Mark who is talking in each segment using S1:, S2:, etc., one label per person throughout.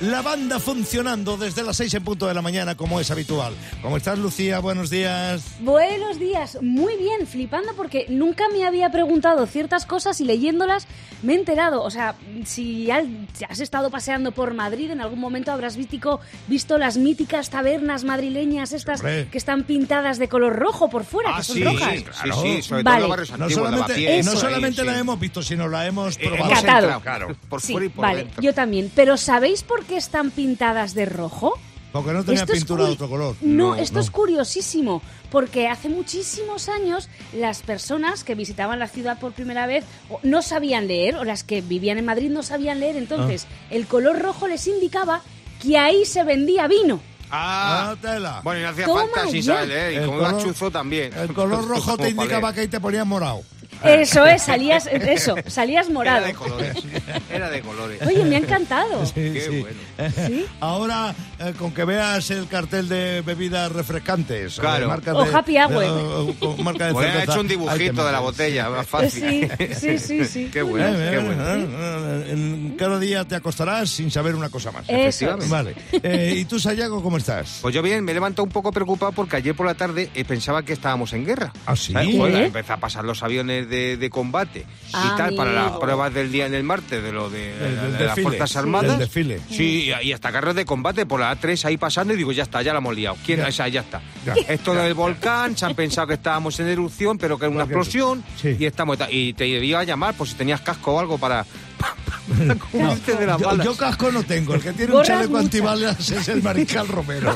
S1: La banda funcionando desde las 6 en punto de la mañana, como es habitual. ¿Cómo estás, Lucía? Buenos días.
S2: Buenos días, muy bien, flipando porque nunca me había preguntado ciertas cosas y leyéndolas me he enterado. O sea, si al- si has estado paseando por Madrid, en algún momento habrás vítico- visto las míticas tabernas madrileñas, estas
S1: Hombre.
S2: que están pintadas de color rojo por fuera, que son rojas.
S1: sí, claro.
S3: Ah, sí,
S2: Vale.
S3: sobre todo en los barrios
S1: No
S3: antiguos,
S1: solamente, eh,
S3: Lavapiés,
S1: no
S3: ahí,
S1: solamente
S3: sí.
S1: la hemos visto, sino la hemos
S3: Eh,
S1: probado.
S3: hemos
S2: Catado.
S3: entrado, claro, por
S2: Sí,
S3: fuera y por
S2: vale,
S3: dentro.
S2: yo también. Pero ¿sabéis por qué están pintadas de rojo?
S1: Porque no tenía
S2: Esto es
S1: pintura
S2: curi-
S1: de otro color.
S2: No,
S3: No,
S2: esto
S1: no.
S2: es curiosísimo, porque hace muchísimos años las personas que visitaban la ciudad por primera vez o- no sabían leer, o las que vivían en Madrid no sabían leer, entonces el color rojo les indicaba que ahí se vendía vino.
S3: Ah,
S1: Ah, tela.
S3: bueno, y no hacía
S2: Toma
S3: falta si
S2: ya.
S3: sale, ¿eh? Y
S1: El
S3: como iba
S1: color-
S3: chuzo también.
S1: El color rojo te
S3: Como
S1: indicaba
S3: palé.
S1: que ahí te ponías morado.
S2: Eso es, salías, eso, salías
S3: Era
S2: morado.
S3: de colores. Era de colores.
S2: Oye, me ha encantado.
S1: Sí,
S3: Qué
S1: sí.
S3: bueno.
S2: Sí.
S1: Ahora, eh, con que veas el cartel de bebidas refrescantes.
S3: Claro.
S1: de marcas
S2: O
S1: de-
S2: happy hour.
S1: de- o- o- con marca de cerveza,
S3: Podrían haber Pues hecho un
S1: ahí te
S3: dibujito de la
S1: metes.
S3: botella, más
S2: Sí,
S3: fácil.
S2: sí, sí, sí.
S3: Qué
S1: Eh,
S3: bueno,
S1: eh,
S3: qué bueno.
S1: eh, eh, en- Cada día te acostarás sin saber una cosa más.
S2: Eso
S3: Efectivamente.
S2: es.
S1: Vale. Eh, ¿Y tú, Sayago, cómo estás?
S3: Pues yo bien, me he levantado un poco preocupado porque ayer por la tarde eh, pensaba que estábamos en guerra.
S1: ¿Ah, sí?
S3: ¿Sabes?
S2: ¿Qué?
S3: Bueno, empezó a pasar los aviones de, de combate y tal para las
S2: Amigo.
S3: pruebas del día del martes de lo de,
S1: Del- del
S3: de las
S1: desfile.
S3: Fuerzas
S1: Sí.
S3: Armadas.
S1: Del desfile.
S3: Sí, y y hasta carros de combate por la A3 ahí pasando y digo, ya está, ya la hemos liado. ¿Quién?
S1: Ya.
S3: Esa, ya está.
S1: Ya.
S3: Esto del volcán, se han pensado que estábamos en erupción, pero que era una
S1: Porque-
S3: explosión
S1: sí.
S3: y estamos y te iba a llamar por si tenías casco o algo para, para cubrirte de las
S1: Yo,
S3: balas.
S1: yo casco no tengo. El que tiene
S2: Gorras
S1: un chaleco
S2: muchas.
S1: antibalas es el mariscal Romero.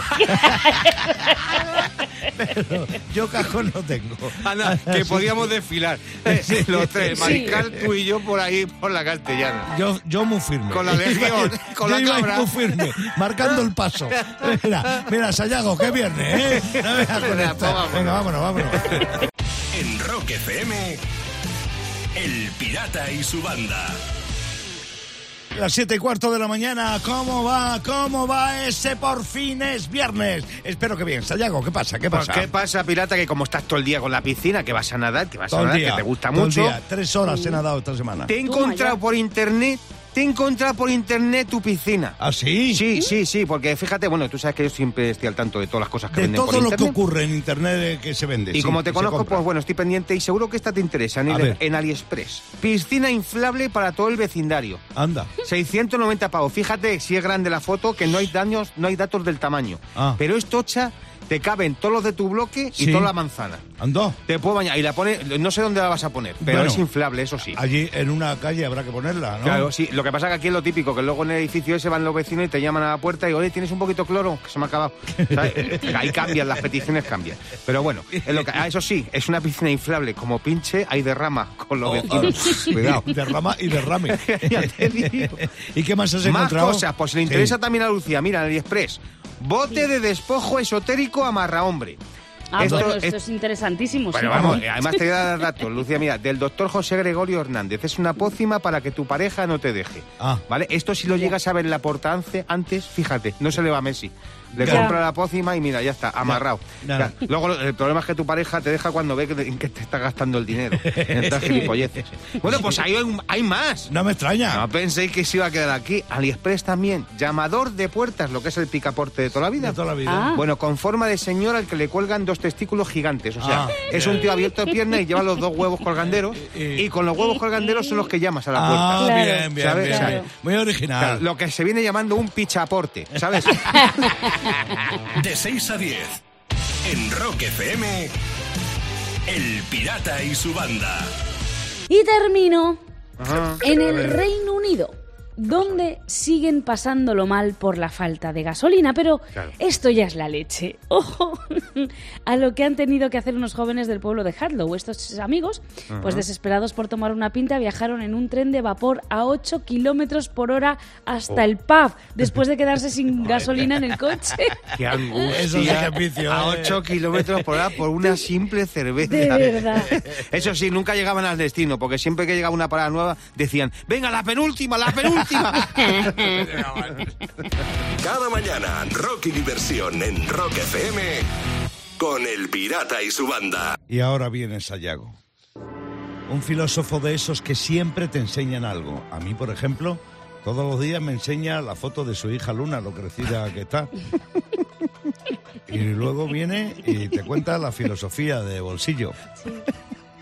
S1: Pero yo casco no tengo.
S3: Ana,
S1: Ah,
S3: que podíamos desfilar eh, los tres,
S2: Sí.
S3: Mariscal, tú y yo por ahí, por la castellana.
S1: Yo, yo muy firme.
S3: Con la legión, con
S1: Yo
S3: la
S1: iba
S3: cabra.
S1: muy firme, marcando el paso. Mira, mira, Sayago, qué viernes, ¿eh? No me hagas con
S3: Venga,
S1: esto.
S3: pues vámonos.
S1: Venga, vámonos, vámonos.
S4: En Rock FM, El Pirata y su banda.
S1: Las siete y cuarto de la mañana, ¿cómo va? ¿Cómo va ese por fin es viernes? Espero que bien. Sayago, ¿qué pasa? ¿Qué
S3: Pues,
S1: pasa?
S3: ¿Qué pasa, pirata? Que como estás todo el día con la piscina, que vas a nadar, que vas
S1: Todo
S3: a
S1: el
S3: nadar,
S1: día,
S3: que te gusta
S1: todo el
S3: mucho. Mm.
S1: día. Tres horas he nadado esta semana.
S3: Te he
S2: Toma
S3: encontrado
S2: ya.
S3: por internet, te he encontrado por internet tu piscina.
S1: ¿Ah, sí?
S3: Sí, sí, sí, porque fíjate, bueno, tú sabes que yo siempre estoy al tanto de todas las cosas que
S1: De
S3: venden por
S1: todo lo que
S3: internet.
S1: ocurre en Internet eh, que se vende.
S3: y
S1: sí,
S3: como
S1: que
S3: te
S1: se
S3: conozco,
S1: compra.
S3: pues bueno, estoy pendiente y seguro que esta te interesa en,
S1: A
S3: Ali-
S1: ver.
S3: en AliExpress. Piscina inflable para todo el vecindario.
S1: Anda.
S3: 690 pavos. Fíjate si es grande la foto, que no hay daños, no hay datos del tamaño.
S1: Ah.
S3: Pero es tocha, te caben todos los de tu bloque y
S1: Sí.
S3: toda la manzana.
S1: Andó.
S3: Te puedo bañar y la pone, no sé dónde la vas a poner, pero
S1: Bueno.
S3: es inflable, eso sí.
S1: Allí en una calle habrá que ponerla, ¿no?
S3: Claro, sí. Lo que pasa que aquí es lo típico, que luego en el edificio ese van los vecinos y te llaman a la puerta y, oye, ¿tienes un poquito de cloro? Que se me ha acabado. ¿Sabes? Ahí cambian, las peticiones cambian. Pero bueno, es lo que- ah, eso sí, es una piscina inflable. Como pinche, hay derrama con los
S1: Oh,
S3: vecinos.
S1: ah,
S3: Cuidado.
S1: Derrama y derrame.
S3: Ya te digo.
S1: ¿Y qué más has
S3: Más
S1: encontrado?
S3: cosas, pues le
S1: Sí.
S3: interesa también a Lucía. Mira, en AliExpress. Bote de despojo esotérico amarrahombre.
S2: Ah,
S3: Esto-
S2: bueno, esto
S3: esto-
S2: es interesantísimo. Pues sí.
S3: Bueno, vamos, eh, además te voy a dar datos, Lucía, mira, del doctor José Gregorio Hernández. Es una pócima para que tu pareja no te deje.
S1: Ah.
S3: ¿Vale? Esto si lo llegas a ver en la portance antes, fíjate, no se le va a Messi. Le
S2: Ya.
S3: compra la pócima y mira, ya está, amarrado.
S1: nada.
S3: Ya. Luego el problema es que tu pareja te deja cuando ve que, en que te está gastando el dinero. En estas gilipolleces. Bueno, pues ahí hay, un- hay más.
S1: No me extraña.
S3: No penséis que se iba a quedar aquí. AliExpress también. Llamador de puertas, lo que es el picaporte de toda la vida.
S1: De toda la vida.
S2: Ah.
S3: Bueno, con forma de señor al que le cuelgan dos testículos gigantes. O sea,
S1: Ah.
S3: es un tío abierto de pierna y lleva los dos huevos colganderos.
S1: Y-
S3: Y con los huevos colganderos son los que llamas a la
S1: eh.
S3: puerta.
S1: Ah,
S2: Claro.
S1: bien, bien,
S3: ¿Sabes?
S1: bien,
S2: Claro.
S1: bien. Muy original.
S3: Claro, lo que se viene llamando un pichaporte, ¿sabes?
S4: De 6 a 10, en Rock FM, El Pirata y su banda.
S2: Y termino
S3: Ajá.
S2: en el Reino Unido, donde siguen pasándolo mal por la falta de gasolina, pero
S3: Claro.
S2: esto ya es la leche. Ojo a lo que han tenido que hacer unos jóvenes del pueblo de Hadlow. Estos amigos, pues desesperados por tomar una pinta, viajaron en un tren de vapor a 8 kilómetros por hora
S3: Oh.
S2: hasta el pub, después de quedarse sin gasolina en el coche.
S3: ¡Qué angustia!
S1: Eso sí que es vicio,
S3: a
S1: eh.
S3: 8 kilómetros por hora por una simple cerveza.
S2: De verdad.
S3: Eso sí, nunca llegaban al destino, porque siempre que llegaba una parada nueva decían, ¡venga, la penúltima, la penúltima!
S4: Cada mañana, rock y diversión en Rock FM, con El Pirata y su banda.
S1: Y ahora viene Sayago. un filósofo de esos que siempre te enseñan algo. A mí, por ejemplo, todos los días me enseña la foto de su hija Luna, lo crecida que está. Y luego viene y te cuenta la filosofía de bolsillo.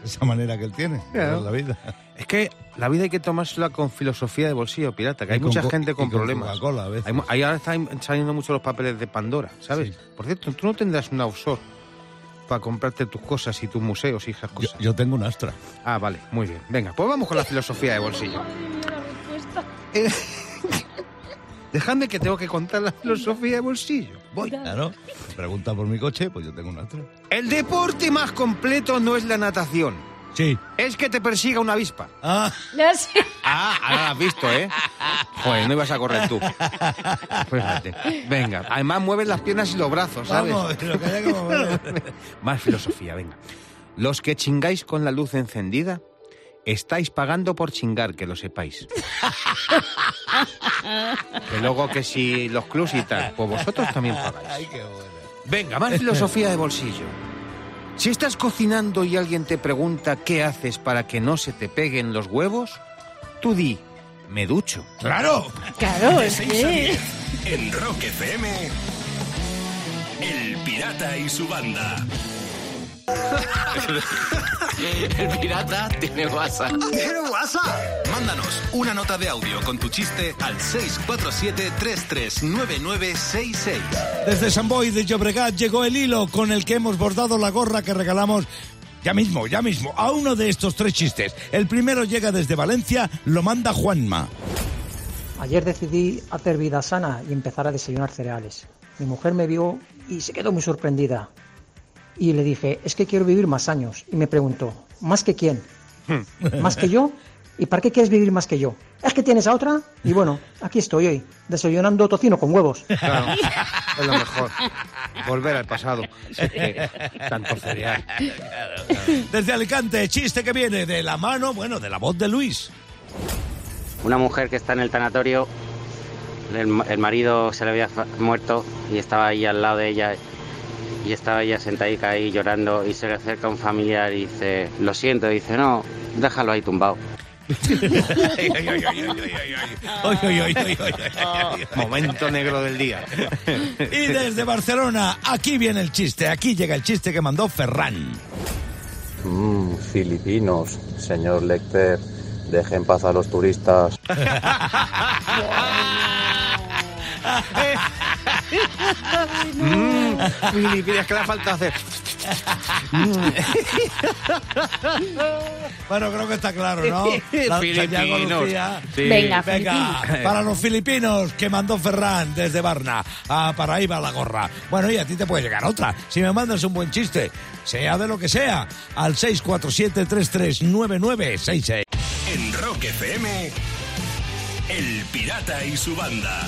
S1: Esa manera que él tiene de ver
S3: Claro.
S1: la vida.
S3: Es que la vida hay que tomársela con filosofía de bolsillo, pirata, que
S1: Y
S3: hay
S1: con
S3: mucha
S1: co-
S3: gente
S1: y
S3: con
S1: con
S3: problemas.
S1: Coca-Cola a veces.
S3: Hay mu- ahí ahora están saliendo mucho los papeles de Pandora, ¿sabes?
S1: Sí.
S3: Por cierto, tú no tendrás un offshore para comprarte tus cosas y tus museos y esas
S1: Yo,
S3: cosas.
S1: yo tengo un astra.
S3: Ah, vale, muy bien. Venga, pues vamos con la filosofía de bolsillo. Dejadme que tengo que contar la filosofía de bolsillo. Voy.
S1: Claro. Pregunta por mi coche, pues yo tengo un astra.
S3: El deporte más completo no es la natación,
S1: Sí.
S3: es que te persiga una avispa.
S1: Ah,
S2: Ya sé.
S3: Ah, ahora la has visto, ¿eh? Joder, no ibas a correr tú. Fíjate. Venga, además mueves las piernas y los brazos, ¿sabes?
S1: vamos, lo que haya que mover.
S3: Más filosofía, venga. Los que chingáis con la luz encendida, estáis pagando por chingar, que lo sepáis. que luego que si los clubs y tal, pues vosotros también pagáis.
S1: Ay, qué bueno.
S3: Venga, más filosofía de bolsillo. Si estás cocinando y alguien te pregunta qué haces para que no se te peguen los huevos, tú di, me ducho.
S1: ¡Claro!
S2: Claro,
S4: De
S2: es
S4: 6 a
S2: que.
S4: 10 en Rock FM. El pirata y su banda.
S5: El pirata tiene WhatsApp.
S4: ¿Quieres WhatsApp? Mándanos una nota de audio con tu chiste al 647-339966.
S1: Desde San Boy de Llobregat llegó el hilo con el que hemos bordado la gorra que regalamos ya mismo, ya mismo, a uno de estos tres chistes. El primero llega desde Valencia, lo manda Juanma.
S6: Ayer decidí hacer vida sana y empezar a desayunar cereales. Mi mujer me vio y se quedó muy sorprendida. Y le dije, es que quiero vivir más años. Y me preguntó, ¿más que quién? ¿Más que yo? ¿Y para qué quieres vivir más que yo? ¿Es que tienes a otra? Y bueno, aquí estoy hoy, desayunando tocino con huevos.
S3: Claro, es lo mejor. Volver al pasado. Si es que tanto cereal.
S1: Desde Alicante, chiste que viene de la mano, bueno, de la voz de Luis.
S7: Una mujer que está en el tanatorio, el, el marido se le había fa- muerto y estaba ahí al lado de ella y estaba ella sentadica ahí llorando y se le acerca un familiar y dice, lo siento, y dice, no, déjalo ahí tumbado.
S1: Ay, ay, ay, ay, ay, ay, ay. Ay, ay, ay, ay, ay, ay, ay.
S3: Momento negro del día.
S1: Y desde Barcelona, aquí viene el chiste, aquí llega el chiste que mandó Ferran.
S8: Mmm, filipinos, señor Lecter, deje en paz a los turistas.
S3: Mm, Filipinas, ¿qué le falta hacer?
S1: Bueno, creo que está claro, ¿no?
S3: Oh,
S1: Santiago
S3: Filipinos.
S1: Lucía.
S3: Sí.
S2: Venga.
S1: Venga, para los filipinos que mandó Ferran desde Barna. Ah, para ahí va la gorra. Bueno, y a ti te puede llegar otra. Si me mandas un buen chiste, sea de lo que sea, al 647-339966.
S4: En Rock FM. El pirata y su banda.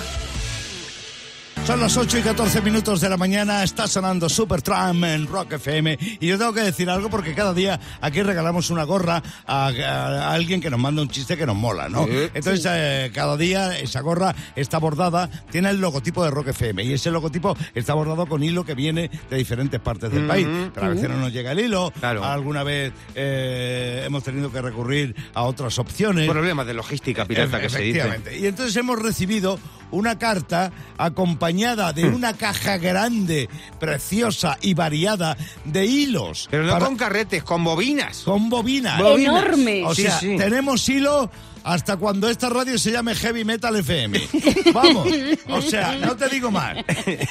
S1: Son las 8 y 14 minutos de la mañana, está sonando Super Tram en Rock FM. Y yo tengo que decir algo porque cada día aquí regalamos una gorra a, a- a alguien que nos manda un chiste que nos mola, ¿no?
S3: Sí.
S1: Entonces, eh, cada día esa gorra está bordada, tiene el logotipo de Rock FM. Y ese logotipo está bordado con hilo que viene de diferentes partes del país. Pero a veces no nos llega el hilo,
S3: Claro.
S1: alguna vez eh, hemos tenido que recurrir a otras opciones.
S3: Problemas de logística pirata que se dice.
S1: Efectivamente. Y entonces hemos recibido una carta acompañada de una caja grande, preciosa y variada de hilos.
S3: Pero no
S1: para-
S3: con carretes, con bobinas.
S1: con bobina.
S3: Bobinas.
S2: Enorme.
S1: O
S3: Sí,
S1: sea,
S3: sí.
S1: tenemos hilo hasta cuando esta radio se llame Heavy Metal FM. Vamos, o sea, no te digo más.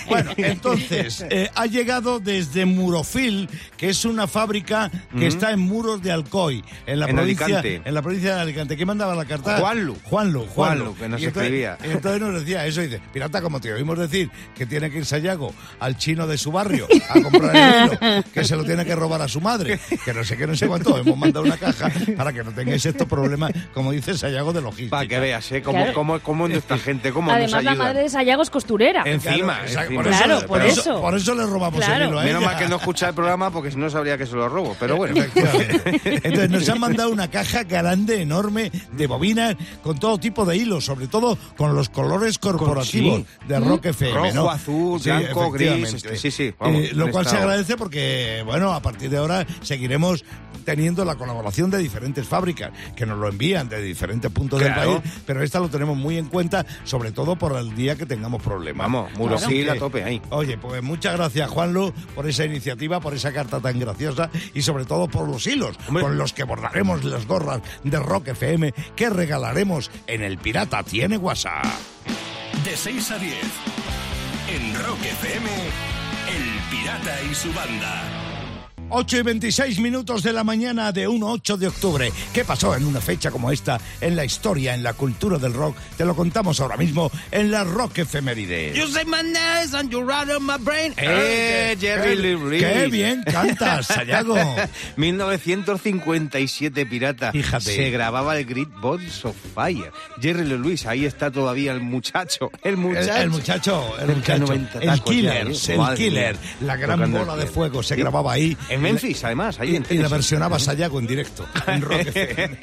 S1: Bueno, entonces, eh, ha llegado desde Murofil, que es una fábrica que está en Muros de Alcoy, en la,
S3: Mm. En
S1: provincia,
S3: Alicante.
S1: en la provincia de Alicante. ¿Quién mandaba la carta?
S3: Juanlu.
S1: Juanlu, Juanlu.
S3: Juanlu, que nos
S1: Y entonces-
S3: escribía.
S1: y entonces nos decía eso, y dice, pirata, como te oímos decir que tiene que ir Sayago al chino de su barrio a comprar el hilo, que se lo tiene que robar a su madre, que no sé qué, no sé cuánto, hemos mandado una caja para que no tengáis estos problemas, como dice Sayago de logística.
S3: Para que veas, ¿eh? Cómo,
S2: Claro.
S3: cómo, cómo nuestra gente, cómo nos
S2: Además, la
S3: ayuda.
S2: madre de Sayago es costurera.
S3: Encima,
S1: Claro,
S3: encima.
S1: por eso-
S2: Claro, por
S3: Pero-
S2: eso.
S1: Por eso le robamos
S2: Claro.
S1: el hilo a
S3: Menos
S1: ella.
S3: mal que no escucha el programa porque si no sabría que se lo robo. Pero bueno,
S1: Efectivamente. Entonces nos han mandado una caja grande, enorme, de bobinas, con todo tipo de hilos, sobre todo con los colores corporativos de Rock FM. ¿no?
S3: Rojo, azul, blanco, gris,
S1: efectivamente.
S3: este, sí, sí, vamos,
S1: Eh, lo
S3: han
S1: cual se
S3: estado-
S1: agradece porque, bueno, a partir de ahora seguiremos teniendo la colaboración de diferentes fábricas que nos lo envían de diferentes puntos
S3: Claro.
S1: del país, pero esta lo tenemos muy en cuenta, sobre todo por el día que tengamos problemas.
S3: Vamos, Murosil a tope ahí.
S1: Oye, pues muchas gracias, Juanlu, por esa iniciativa, por esa carta tan graciosa y sobre todo por los hilos
S3: Hombre.
S1: con los que bordaremos las gorras de Rock FM que regalaremos en El Pirata Tiene WhatsApp.
S9: De 6 a 10. En Rock FM, El Pirata y su banda.
S1: 8 y 26 minutos de la mañana de 1-8 de octubre. ¿Qué pasó en una fecha como esta, en la historia, en la cultura del rock? Te lo contamos ahora mismo en la Rock Efemérides.
S3: say my name and you right on my brain.
S1: Eh,
S3: Eh, Jerry Lee Lewis.
S1: ¡Qué bien cantas, Sayago!
S3: 1957, pirata.
S1: Fíjate.
S3: Se grababa el Great Balls of Fire. Jerry Lee Lewis, ahí está todavía el muchacho. El
S1: El,
S3: muchacho.
S1: el muchacho, el
S3: Tenía
S1: muchacho.
S3: 90
S1: El
S3: tacos ya,
S1: killer,
S3: ¿eh?
S1: el
S3: Madre
S1: killer.
S3: mía.
S1: La gran
S3: Tocando el
S1: bola de
S3: piano.
S1: fuego se
S3: Sí.
S1: grababa ahí.
S3: En Memphis, además, ahí
S1: Y-
S3: en
S1: y, la
S3: Tennessee.
S1: versionaba Sayago en directo. en Rock FM.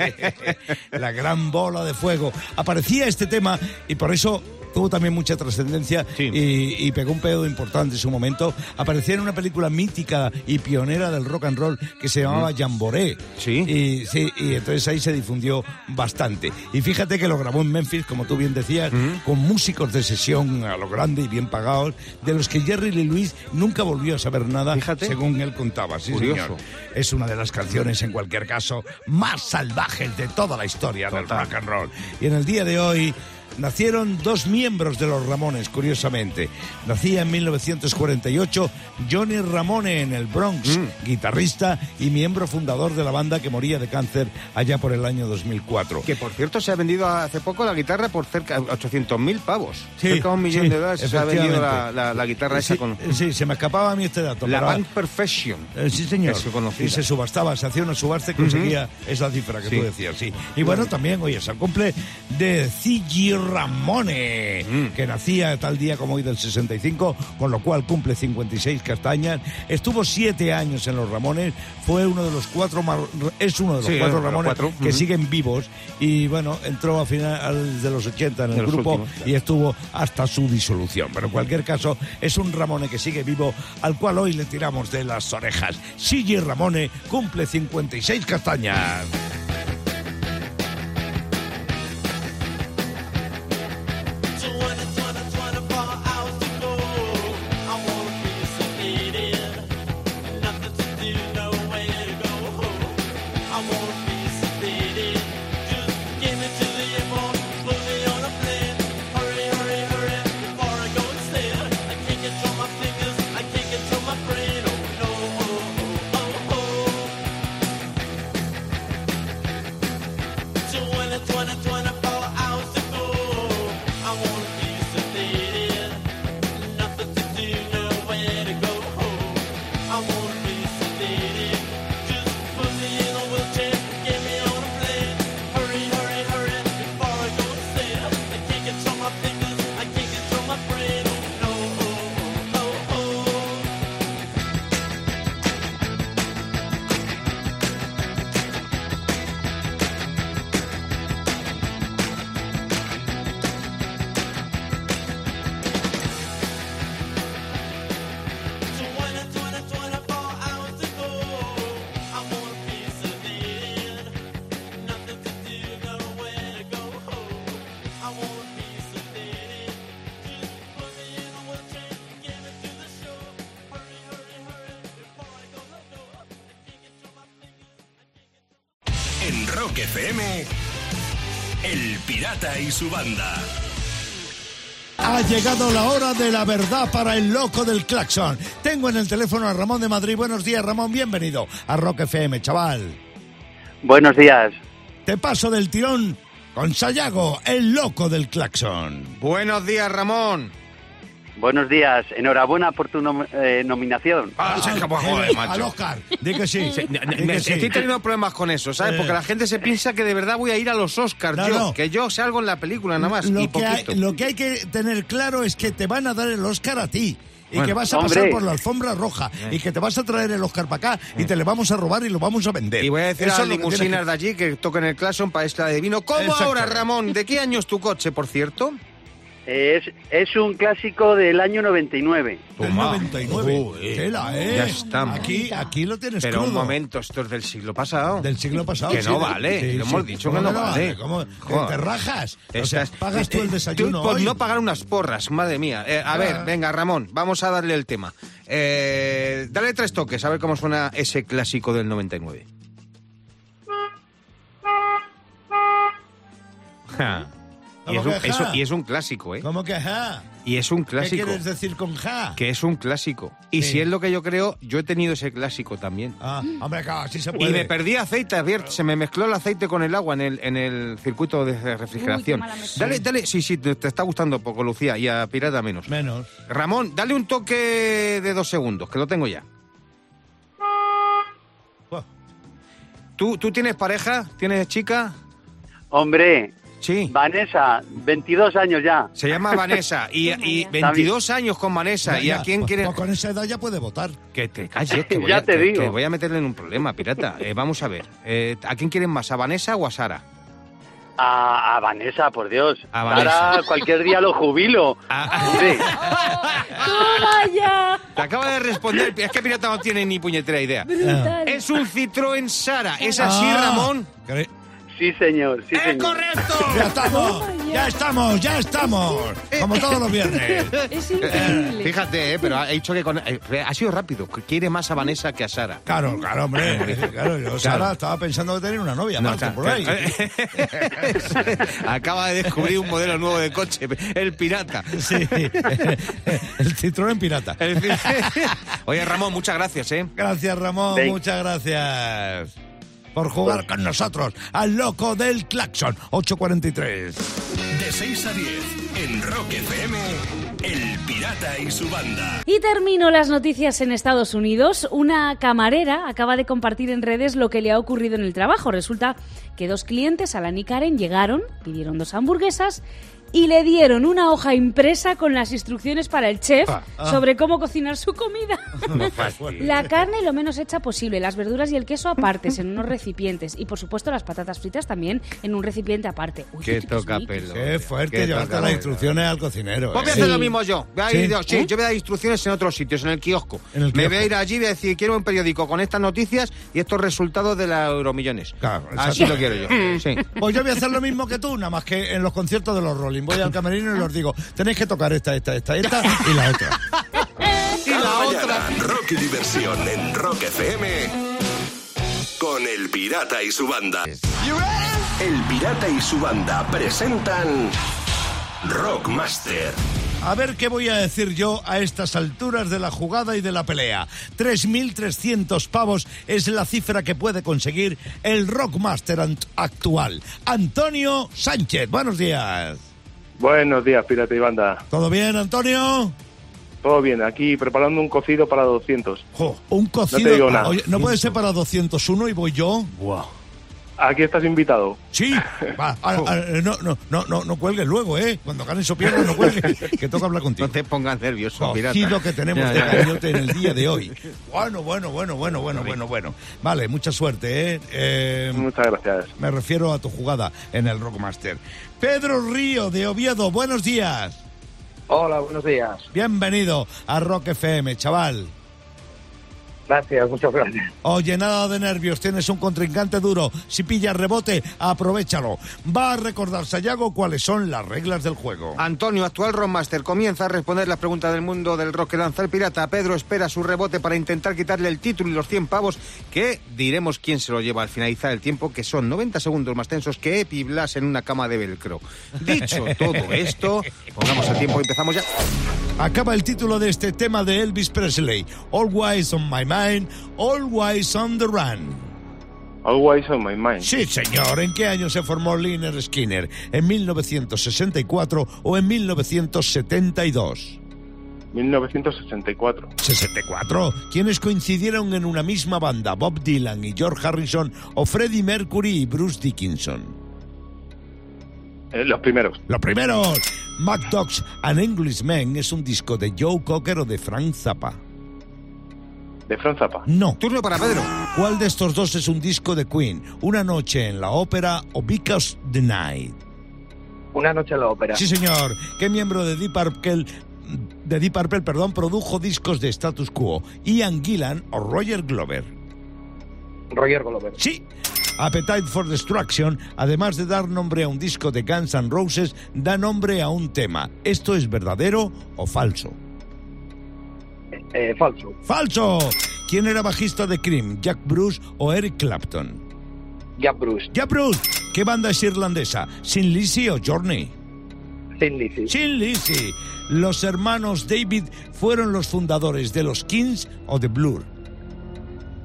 S1: la gran bola de fuego. Aparecía este tema y por eso tuvo también mucha trascendencia
S3: Sí.
S1: y, y pegó un pedo importante en su momento. Aparecía en una película mítica y pionera del rock and roll que se llamaba Jamboree.
S3: Mm. Sí.
S1: Y, sí, y entonces ahí se difundió bastante. Y fíjate que lo grabó en Memphis, como tú bien decías,
S3: Mm.
S1: con músicos de sesión a lo grande y bien pagados, de los que Jerry Lee Lewis nunca volvió a saber nada,
S3: Fíjate.
S1: según él contaba. Sí,
S3: Curioso.
S1: señor. Es una de las canciones, en cualquier caso, más salvajes de toda la historia del rock and roll. Y en el día de hoy nacieron dos miembros de los Ramones, curiosamente. Nacía en 1948 Johnny Ramone en el Bronx,
S3: Mm.
S1: guitarrista y miembro fundador de la banda que moría de cáncer allá por el año 2004.
S3: Que por cierto se ha vendido hace poco la guitarra por cerca de 800.000 pavos.
S1: Sí,
S3: cerca de un millón
S1: sí,
S3: de dólares se ha vendido la,
S1: efectivamente.
S3: la- la guitarra esa
S1: Sí, eh,
S3: con
S1: sí, se me escapaba a mí este dato.
S3: la
S1: pero-
S3: Bank Perfection.
S1: Eh, sí, señor.
S3: Es conocida.
S1: Y se subastaba, se hacía una subasta y conseguía esa cifra que
S3: Sí.
S1: tú decías, sí. Y bueno, también, oye, se cumple de Cigi Ramone, que nacía tal día como hoy del 65, con lo cual cumple 56 castañas. Estuvo siete años en los Ramones, fue uno de los cuatro, mar- es uno de los
S3: Sí,
S1: cuatro
S3: de los
S1: Ramones
S3: cuatro,
S1: que
S3: ujú.
S1: siguen vivos. Y bueno, entró a final de los 80 en el
S3: De los
S1: grupo
S3: últimos, claro.
S1: y estuvo hasta su disolución. Pero en cualquier caso, es un Ramone que sigue vivo, al cual hoy le tiramos de las orejas. Sigi Ramone cumple 56 castañas.
S9: Oh, Oh, En Rock FM, El Pirata y su banda.
S1: Ha llegado la hora de la verdad para el loco del claxon. Tengo en el teléfono a Ramón de Madrid. Buenos días, Ramón. Bienvenido a Rock FM, chaval.
S10: Buenos días.
S1: Te paso del tirón con Sayago, el loco del claxon.
S3: Buenos días, Ramón.
S10: Buenos días, enhorabuena por tu nom- eh, nominación.
S3: Ah, se acabó,
S1: eh,
S3: joder, macho.
S1: Al Oscar. Di que sí.
S3: Sí, ne-
S1: di
S3: ne-
S1: que sí.
S3: Estoy teniendo problemas con eso, ¿sabes?
S1: Eh.
S3: Porque la gente se piensa que de verdad voy a ir a los Oscars,
S1: No,
S3: yo,
S1: no.
S3: que yo salgo en la película nada más, y
S1: Lo que, hay,
S3: poquito.
S1: lo que hay que tener claro es que te van a dar el Oscar a ti. Y
S3: Bueno,
S1: que vas a pasar
S10: hombre.
S1: por la alfombra roja. Y que te vas a traer el Oscar para acá. Y te le vamos a robar y lo vamos a vender.
S3: Y voy a decir
S1: Eso
S3: a
S1: es
S3: las
S1: lo que tienes
S3: limusinas
S1: que-
S3: de allí que toquen el claxon para esta de vino. ¿Cómo
S1: Exacto.
S3: ahora, Ramón? ¿De qué año es tu coche, por cierto?
S10: Es, es un clásico del año 99.
S1: del
S3: Toma.
S1: 99.
S3: Joder.
S1: Tela, ¿eh?
S3: Ya estamos.
S1: Aquí, aquí lo tienes
S3: Pero un
S1: crudo.
S3: momento, esto es del siglo pasado.
S1: Del siglo pasado.
S3: Que
S1: sí,
S3: no
S1: de-
S3: vale,
S1: sí,
S3: lo
S1: sí.
S3: hemos dicho que
S1: ¿Cómo
S3: no
S1: que
S3: vale.
S1: ¿Cómo?
S3: Joder.
S1: Te rajas. O sea,
S3: Estás-
S1: pagas tú
S3: eh,
S1: el
S3: eh,
S1: desayuno
S3: tú por
S1: hoy. Ah.
S3: no pagar unas porras, madre mía. Eh, a ver, venga, Ramón, vamos a darle el tema. Eh, dale tres toques, a ver cómo suena ese clásico del 99. Ja. Y
S1: ¿Cómo
S3: es, un,
S1: que
S3: eso-
S1: ja?
S3: y es un clásico, ¿eh?
S1: ¿Cómo que ja?
S3: Y es un
S1: ¿Qué
S3: clásico.
S1: quieres decir con ja?
S3: Que es un clásico. Y
S1: Sí.
S3: si es lo que yo creo, yo he tenido ese clásico también.
S1: Ah, hombre, claro, así se puede.
S3: Mm. Y me perdí aceite, Adviert. Se me mezcló el aceite con el agua en el, en el circuito de refrigeración.
S2: mala mezcla.
S3: dale, dale. Sí, sí, te te está gustando poco, Lucía, y a Pirata menos.
S1: Menos.
S3: Ramón, dale un toque de dos segundos, que lo tengo ya.
S1: Buah.
S3: ¿Tú, tú tienes pareja? ¿Tienes chica?
S10: Hombre,
S3: Sí.
S10: Vanessa, 22 años ya.
S3: Se llama Vanessa y, y 22 años con Vanessa. ¿Y
S1: Ya,
S3: a quién
S1: pues-
S3: quieres?
S1: pues con esa edad ya puede votar.
S3: Que te calles, que voy,
S10: Ya
S3: a,
S10: te
S3: que-
S10: digo.
S3: que voy a meterle en un problema, pirata. Eh, vamos a ver. eh, ¿A quién quieren más? ¿A Vanessa o a Sara?
S10: A, a Vanessa, por Dios.
S3: A Vanessa.
S10: Ahora cualquier día lo jubilo.
S3: A-
S10: Sí.
S2: ¡Toma ya!
S3: Te acaba de responder, es que Pirata no tiene ni puñetera idea.
S2: Brutal.
S3: Es un Citroën Sara, ¿es así,
S1: Ah,
S3: Ramón?
S1: cre-
S10: Sí, señor. Sí,
S3: ¡Es
S10: señor.
S3: correcto!
S1: Ya estamos, ya estamos, ya estamos. Como todos los viernes.
S3: Eh,
S2: Es increíble.
S3: Fíjate, eh, pero ha dicho que con- eh, ha sido rápido, que quiere más a Vanessa que a Sara.
S1: Claro, claro, hombre. Claro, yo Sara estaba pensando de tener una novia,
S3: No,
S1: Marco,
S3: está-
S1: por ahí.
S3: Acaba de descubrir un modelo nuevo de coche, el pirata.
S1: Sí. El Citroën pirata.
S3: El Citroën. Oye, Ramón, muchas gracias, ¿eh?
S1: Gracias, Ramón.
S10: Venga.
S1: Muchas gracias. Por jugar con nosotros al loco del claxon. 843.
S4: De 6 a 10 en Rock FM, El Pirata y su banda.
S2: Y termino las noticias en Estados Unidos. Una camarera acaba de compartir en redes lo que le ha ocurrido en el trabajo. Resulta que dos clientes, Alan y Karen, llegaron, pidieron dos hamburguesas y le dieron una hoja impresa con las instrucciones para el chef
S3: Ah,
S2: sobre cómo cocinar su comida. La carne lo menos hecha posible, las verduras y el queso apartes en unos recipientes y por supuesto las patatas fritas también en un recipiente aparte. Uy,
S3: Qué
S2: qué
S3: toca
S2: sneaky.
S3: pelo.
S1: Qué fuerte llevarte las instrucciones al cocinero.
S3: Pues voy a
S1: ¿eh?
S3: hacer lo mismo yo. Voy a ir-
S1: Sí.
S3: yo- sí, yo voy a dar instrucciones en otros sitios, en el kiosco.
S1: En el
S3: Me
S1: kiosco.
S3: voy a ir allí y voy a decir, quiero un periódico con estas noticias y estos resultados de la Euromillones.
S1: Claro, exacto.
S3: Así lo quiero yo. Sí.
S1: Pues yo voy a hacer lo mismo que tú, nada más que en los conciertos de los Rolling. Voy al camerino y los digo, tenéis que tocar esta, esta, esta, esta y la otra.
S3: Y la otra.
S4: Mañana, rock y diversión en Rock FM con El Pirata y su banda. El Pirata y su banda presentan Rockmaster.
S1: A ver qué voy a decir yo a estas alturas de la jugada y de la pelea. 3.300 pavos es la cifra que puede conseguir el rockmaster ant- actual. Antonio Sánchez, buenos días.
S9: Buenos días, Pirata y Banda.
S1: ¿Todo bien, Antonio?
S9: Todo bien, aquí preparando un cocido para 200.
S1: Jo, un cocido.
S9: No te digo nada.
S1: Oye, ¿no puede ser para 201 y voy yo.
S9: Aquí estás invitado.
S1: Sí, va. ahora, ahora, no, no, no, no, no cuelgues luego, ¿eh? Cuando ganes o pierdas, no cuelgues. Que toca hablar contigo.
S3: No te pongas nervioso, pirata.
S1: cocido que tenemos
S3: Ya,
S1: de
S3: ya.
S1: cañote en el día de hoy. Bueno, bueno, bueno, bueno, bueno, bueno, bueno. Vale, mucha suerte, ¿eh? Eh,
S9: Muchas gracias.
S1: me refiero a tu jugada en el Rockmaster. Pedro Río de Oviedo, buenos días.
S11: Hola, buenos días.
S1: Bienvenido a Rock FM, chaval.
S11: Gracias, muchas gracias.
S1: Oye, nada de nervios, tienes un contrincante duro. Si pillas rebote, aprovechalo. Va a recordar Sayago cuáles son las reglas del juego.
S3: Antonio, actual Rockmaster, comienza a responder las preguntas del mundo del rock que lanza el pirata. Pedro espera su rebote para intentar quitarle el título y los 100 pavos, que diremos quién se lo lleva al finalizar el tiempo, que son 90 segundos más tensos que Epi Blas en una cama de velcro. Dicho todo esto, pongamos el tiempo y empezamos ya.
S1: Acaba el título de este tema de Elvis Presley. Always on my mind, always on the run.
S9: Always on my mind.
S1: Sí, señor. ¿En qué año se formó Liner Skinner? ¿En 1964 o en 1972?
S9: 1964.
S1: 64. Quienes coincidieron en una misma banda, Bob Dylan y George Harrison, o Freddie Mercury y Bruce Dickinson.
S9: Eh, los primeros.
S1: Los primeros. Mad Dogs and Englishmen es un disco de Joe Cocker o de Frank Zappa.
S9: De Franz Zappa.
S1: No.
S3: Turno para Pedro.
S1: ¿Cuál de estos dos es un disco de Queen? Una noche en la ópera o Because the Night.
S11: Una noche en la ópera.
S1: Sí, señor. ¿Qué miembro de Deep Purple, de Deep Purple, perdón, produjo discos de status quo? ¿Ian Gillan o Roger Glover?
S11: Roger Glover.
S1: Sí. Appetite for Destruction, además de dar nombre a un disco de Guns N' Roses, da nombre a un tema. ¿Esto es verdadero o falso?
S11: Eh, falso.
S1: ¡Falso! ¿Quién era bajista de Cream, Jack Bruce o Eric Clapton?
S11: Jack Bruce.
S1: Jack Bruce. ¿Qué banda es irlandesa? ¿Sin Lizzy o Journey?
S11: Sin Lizzy.
S1: Sin Lizzy. ¿Los hermanos David fueron los fundadores de los Kings o de Blur?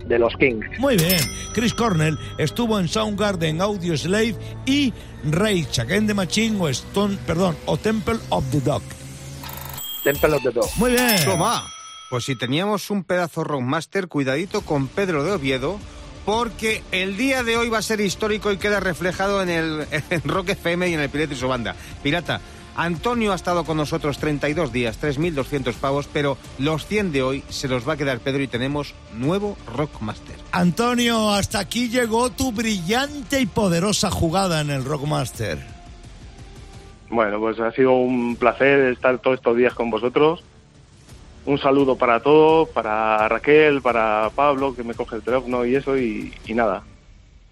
S11: De los Kings.
S1: Muy bien. Chris Cornell estuvo en Soundgarden, Audio Slave y Rage Against the Machine o Stone, perdón, o Temple of the Dog.
S11: Temple of the Dog.
S1: Muy bien.
S3: Toma. Pues si teníamos un pedazo Rockmaster, cuidadito con Pedro de Oviedo, porque el día de hoy va a ser histórico y queda reflejado en el en Rock FM y en el Pirata y su banda. Pirata, Antonio ha estado con nosotros 32 días, 3.200 pavos, pero los 100 de hoy se los va a quedar Pedro y tenemos nuevo Rockmaster.
S1: Antonio, hasta aquí llegó tu brillante y poderosa jugada en el Rockmaster.
S9: Bueno, pues ha sido un placer estar todos estos días con vosotros. Un saludo para todos, para Raquel, para Pablo, que me coge el teléfono y eso, y, y nada.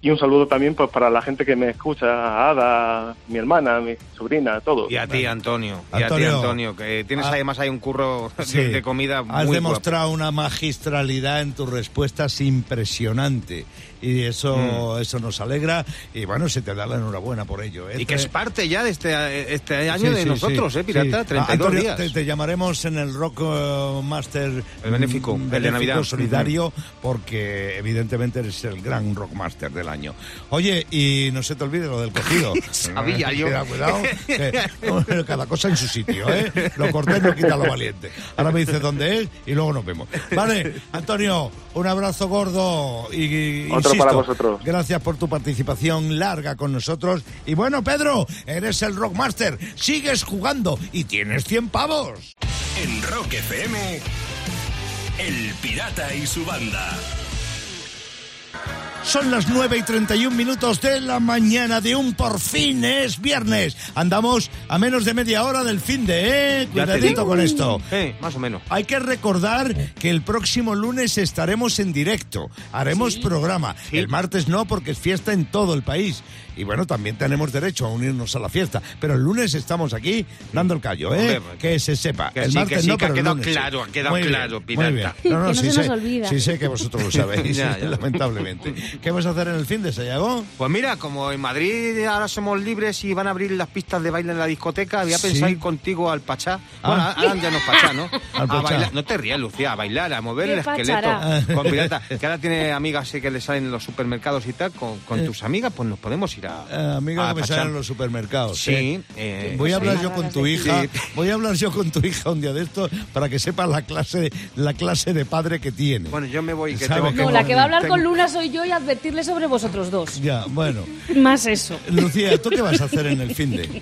S9: Y un saludo también pues, para la gente que me escucha, a Ada, mi hermana, mi sobrina, todos.
S3: Y a ti, Antonio. Y a ti,
S1: Antonio.
S3: Antonio, que tienes
S1: Ah.
S3: además ahí un curro de-
S1: Sí.
S3: de, comida muy
S1: Has
S3: guapo.
S1: demostrado una magistralidad en tus respuestas impresionante y eso
S3: Mm.
S1: eso nos alegra y bueno, se te da la enhorabuena por ello. ¿eh?
S3: Y que es
S1: Tre-
S3: parte ya de este, este
S1: Sí,
S3: año de
S1: sí,
S3: nosotros,
S1: sí.
S3: ¿eh, Pirata?
S1: Sí. Ah,
S3: 32
S1: Antonio,
S3: días.
S1: Te, te llamaremos en el Rock eh, Master.
S3: El benéfico,
S1: mm,
S3: el de
S1: benéfico
S3: Navidad.
S1: solidario, porque evidentemente eres el gran Rock Master del año. Oye, y no se te olvide lo del cogido.
S3: Sabía yo.
S1: Cuidado, cuidado, que cada cosa en su sitio, ¿eh? Lo cortés no quita lo valiente. Ahora me dices dónde es y luego nos vemos. Vale, Antonio, un abrazo gordo y
S9: Otro
S1: insisto,
S9: para vosotros.
S1: Gracias por tu participación larga con nosotros. Y bueno, Pedro, eres el Rockmaster. Sigues jugando y tienes 100 pavos.
S4: En Rock FM, El Pirata y su banda.
S1: Son las 9 y 31 minutos de la mañana de un por fin es viernes. Andamos a menos de media hora del fin de, ¿eh?
S3: Ya te
S1: Cuidadito
S3: digo.
S1: con esto.
S3: Eh, más o menos.
S1: Hay que recordar que el próximo lunes estaremos en directo, haremos programa. El martes no, porque es fiesta en todo el país. Y bueno, también tenemos derecho a unirnos a la fiesta. Pero el lunes estamos aquí dando el callo, ¿eh?
S3: Hombre,
S1: que se sepa.
S3: que
S1: el
S3: sí, que
S1: martes
S3: sí,
S1: no,
S3: que ha
S1: pero el
S3: quedado
S1: lunes sí.
S3: claro, ha quedado
S1: Muy bien,
S3: claro,
S1: muy
S3: pirata.
S1: bien.
S2: Que no
S1: sí
S2: se nos
S1: sé,
S2: olvida.
S1: Sí sé que vosotros lo sabéis,
S3: Ya, ya.
S1: lamentablemente. ¿Qué vas a hacer en el fin de Sayago?
S3: Pues mira, como en Madrid ahora somos libres y van a abrir las pistas de baile en la discoteca, había
S1: Sí.
S3: pensado ir contigo al Pachá.
S1: Ah.
S3: Bueno, ahora ya no es Pachá, ¿no?
S1: Al
S3: a
S1: Pachá.
S3: bailar, no te rías, Lucía, a bailar, a mover
S2: ¿Qué
S3: el
S2: pachará?
S3: esqueleto. Con pirata, que ahora tiene amigas sí, que le salen en los supermercados y tal, con, con tus amigas, pues nos podemos ir a.
S1: Eh, amigo
S3: a
S1: que me
S3: Pachá.
S1: salen en los supermercados.
S3: Ah, Sí,
S1: ¿eh?
S3: eh,
S1: voy a hablar
S2: sí.
S1: yo con tu hija. Voy a hablar yo con tu hija un día de esto para que sepa la clase, la clase de padre que tiene.
S3: Bueno, yo me voy, que
S1: Sabe
S3: tengo
S1: que
S2: No, la que va a hablar con
S3: tengo-
S2: Luna soy yo y advertirle sobre vosotros dos.
S1: Ya, bueno.
S2: Más eso.
S1: Lucía, ¿tú qué vas a hacer en el fin de?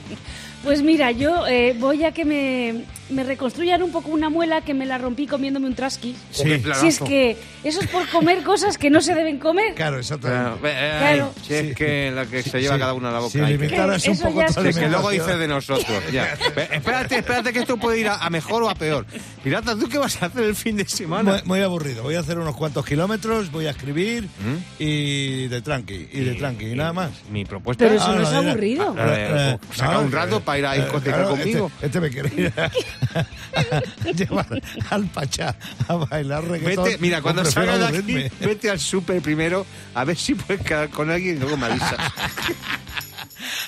S2: Pues mira, yo eh, voy a que me, me reconstruyan un poco una muela que me la rompí comiéndome un trasqui.
S1: Sí,
S3: Claro.
S2: Si es que eso es por comer cosas que no se deben comer.
S1: claro,
S3: Claro,
S1: exactamente.
S3: eh, eh,
S2: Claro.
S3: Si es
S1: Sí.
S3: que la que se lleva
S1: Sí.
S3: cada una a la boca.
S1: Si
S3: hay que-
S1: limitaras
S2: Que
S1: un
S2: eso
S1: poco
S2: ya
S1: tu
S2: es
S3: Que, que luego
S1: alimentación.
S3: dice de nosotros. Ya. Ve, Espérate, espérate que esto puede ir a, a mejor o a peor. Pirata, ¿tú qué vas a hacer el fin de semana?
S1: Muy, muy aburrido. Voy a hacer unos cuantos kilómetros, voy a escribir
S3: ¿Mm?
S1: y de tranqui, y de tranqui, y nada más.
S3: Mi propuesta
S2: Pero
S3: es
S2: eso
S1: Ah,
S2: no es
S1: de nada.
S2: aburrido.
S3: Ah, eh, saca un rato para ir a discoteca conmigo.
S1: eh, Este, este me quiere ir a, a llevar al Pachá a bailar reggaetón.
S3: Vete, mira, cuando
S1: Prefiero
S3: salgas de aquí,
S1: aburrirme.
S3: vete al súper primero a ver si puedes quedar con alguien y luego me avisas.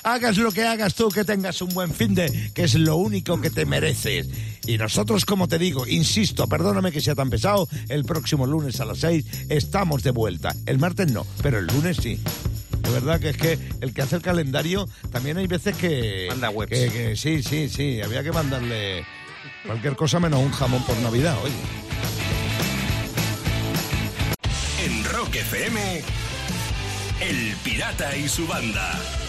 S1: Hagas lo que hagas tú, que tengas un buen fin de, que es lo único que te mereces. Y nosotros, como te digo, insisto, perdóname que sea tan pesado, el próximo lunes a las 6 estamos de vuelta. El martes no, pero el lunes sí. De verdad que es que el que hace el calendario también hay veces que.
S3: Manda webs.
S1: que- que sí, sí, sí, había que mandarle. Cualquier cosa menos un jamón por Navidad, oye.
S4: En Rock FM, El Pirata y su banda.